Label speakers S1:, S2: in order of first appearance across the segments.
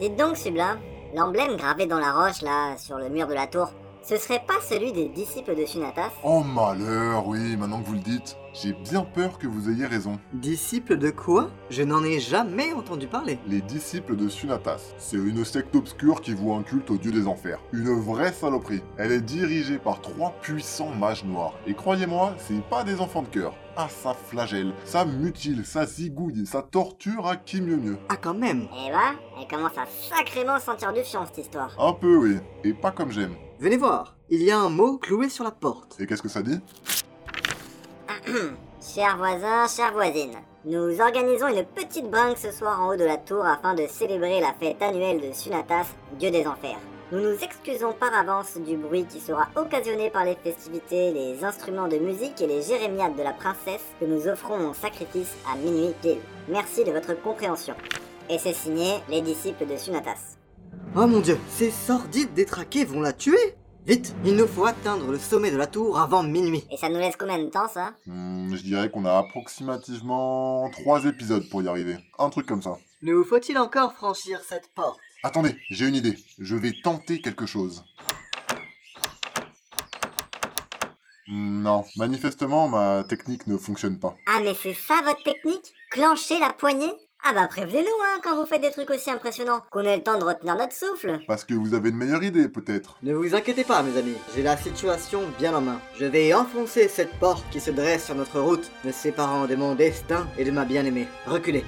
S1: Dites donc, Sublin, l'emblème gravé dans la roche, là, sur le mur de la tour, ce serait pas celui des disciples de Sunatas
S2: Oh malheur, oui, maintenant que vous le dites, j'ai bien peur que vous ayez raison.
S3: Disciple de quoi Je n'en ai jamais entendu parler.
S2: Les disciples de Sunatas, c'est une secte obscure qui voue un culte au dieu des enfers. Une vraie saloperie. Elle est dirigée par trois puissants mages noirs. Et croyez-moi, c'est pas des enfants de cœur. Ah, ça flagelle, ça mutile, ça zigouille, ça torture à qui mieux mieux.
S3: Ah quand même
S1: Eh bah, elle commence à sacrément sentir du fion, cette histoire.
S2: Un peu, oui, et pas comme j'aime.
S3: Venez voir, il y a un mot cloué sur la porte.
S2: Et qu'est-ce que ça dit
S1: Chers voisins, chères voisines, nous organisons une petite brinque ce soir en haut de la tour afin de célébrer la fête annuelle de Sunatas, dieu des enfers. Nous nous excusons par avance du bruit qui sera occasionné par les festivités, les instruments de musique et les jérémiades de la princesse que nous offrons en sacrifice à minuit pile. Merci de votre compréhension. Et c'est signé les disciples de Sunatas.
S3: Oh mon dieu, ces sordides détraqués vont la tuer Vite, il nous faut atteindre le sommet de la tour avant minuit.
S1: Et ça nous laisse combien de temps ça
S2: Hmm, Je dirais qu'on a approximativement trois épisodes pour y arriver. Un truc comme ça.
S3: Nous faut-il encore franchir cette porte
S2: Attendez, j'ai une idée. Je vais tenter quelque chose. Hmm, Non, manifestement, ma technique ne fonctionne pas.
S1: Ah mais c'est ça votre technique Clencher la poignée Ah bah prévenez-nous hein quand vous faites des trucs aussi impressionnants qu'on ait le temps de retenir notre souffle.
S2: Parce que vous avez une meilleure idée, peut-être.
S3: Ne vous inquiétez pas, mes amis, j'ai la situation bien en main. Je vais enfoncer cette porte qui se dresse sur notre route, me séparant de mon destin et de ma bien-aimée. Reculez.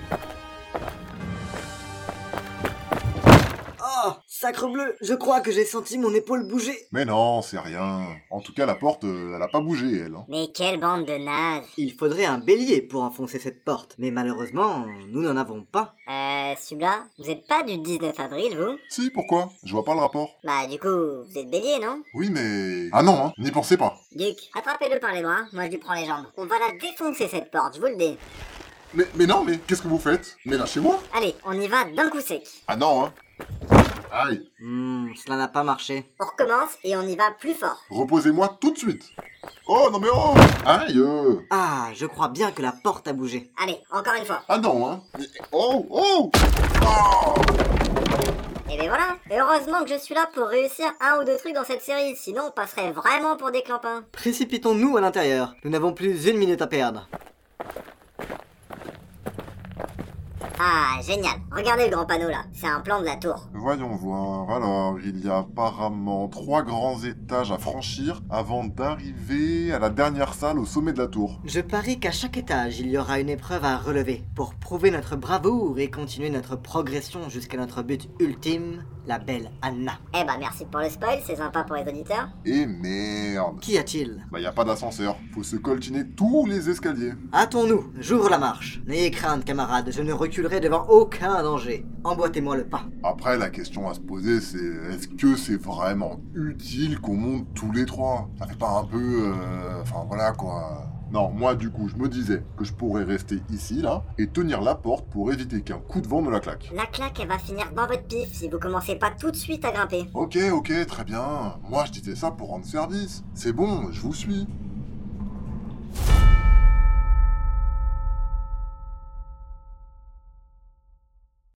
S3: Oh, sacre bleu, je crois que j'ai senti mon épaule bouger.
S2: Mais non, c'est rien. En tout cas, la porte, euh, elle a pas bougé, elle. hein.
S1: Mais quelle bande de nazes
S3: Il faudrait un bélier pour enfoncer cette porte, mais malheureusement, nous n'en avons pas.
S1: Euh, Subla, vous êtes pas du 19 avril, vous
S2: Si, pourquoi Je vois pas le rapport.
S1: Bah du coup, vous êtes bélier, non
S2: Oui, mais... Ah non, hein, n'y pensez pas.
S1: Duc, attrapez-le par les bras, moi je lui prends les jambes. On va la défoncer cette porte, je vous le dis.
S2: Mais, mais non, mais qu'est-ce que vous faites Mais lâchez-moi
S1: Allez, on y va d'un coup sec.
S2: Ah non, hein Aïe
S3: Hmm, cela n'a pas marché.
S1: On recommence et on y va plus fort.
S2: Reposez-moi tout de suite Oh non mais oh Aïe euh.
S3: Ah, je crois bien que la porte a bougé.
S1: Allez, encore une fois.
S2: Ah non hein Mais- Oh oh
S1: Et ben voilà. Heureusement que je suis là pour réussir un ou deux trucs dans cette série, sinon on passerait vraiment pour des clampins.
S3: Précipitons-nous à l'intérieur. Nous n'avons plus une minute à perdre.
S1: Ah, génial. Regardez le grand panneau là. C'est un plan de la tour.
S2: Voyons voir, alors il y a apparemment trois grands étages à franchir avant d'arriver à la dernière salle au sommet de la tour.
S3: Je parie qu'à chaque étage, il y aura une épreuve à relever pour prouver notre bravoure et continuer notre progression jusqu'à notre but ultime, la belle Anna.
S1: Eh bah merci pour le spoil, c'est sympa pour les auditeurs.
S2: Et merde
S3: Qu'y a-t-il
S2: Bah y a pas d'ascenseur, faut se coltiner tous les escaliers.
S3: Hâtons-nous, j'ouvre la marche. N'ayez crainte, camarades, je ne reculerai devant aucun danger. Emboîtez-moi le pas.
S2: Après la question à se poser c'est est-ce que c'est vraiment utile qu'on monte tous les trois Ça fait pas un peu... euh, Enfin voilà quoi... Non, moi du coup je me disais que je pourrais rester ici là et tenir la porte pour éviter qu'un coup de vent ne la claque.
S1: La claque, elle va finir dans votre pif si vous commencez pas tout de suite à grimper.
S2: Ok, ok, très bien. Moi, je disais ça pour rendre service. C'est bon, je vous suis.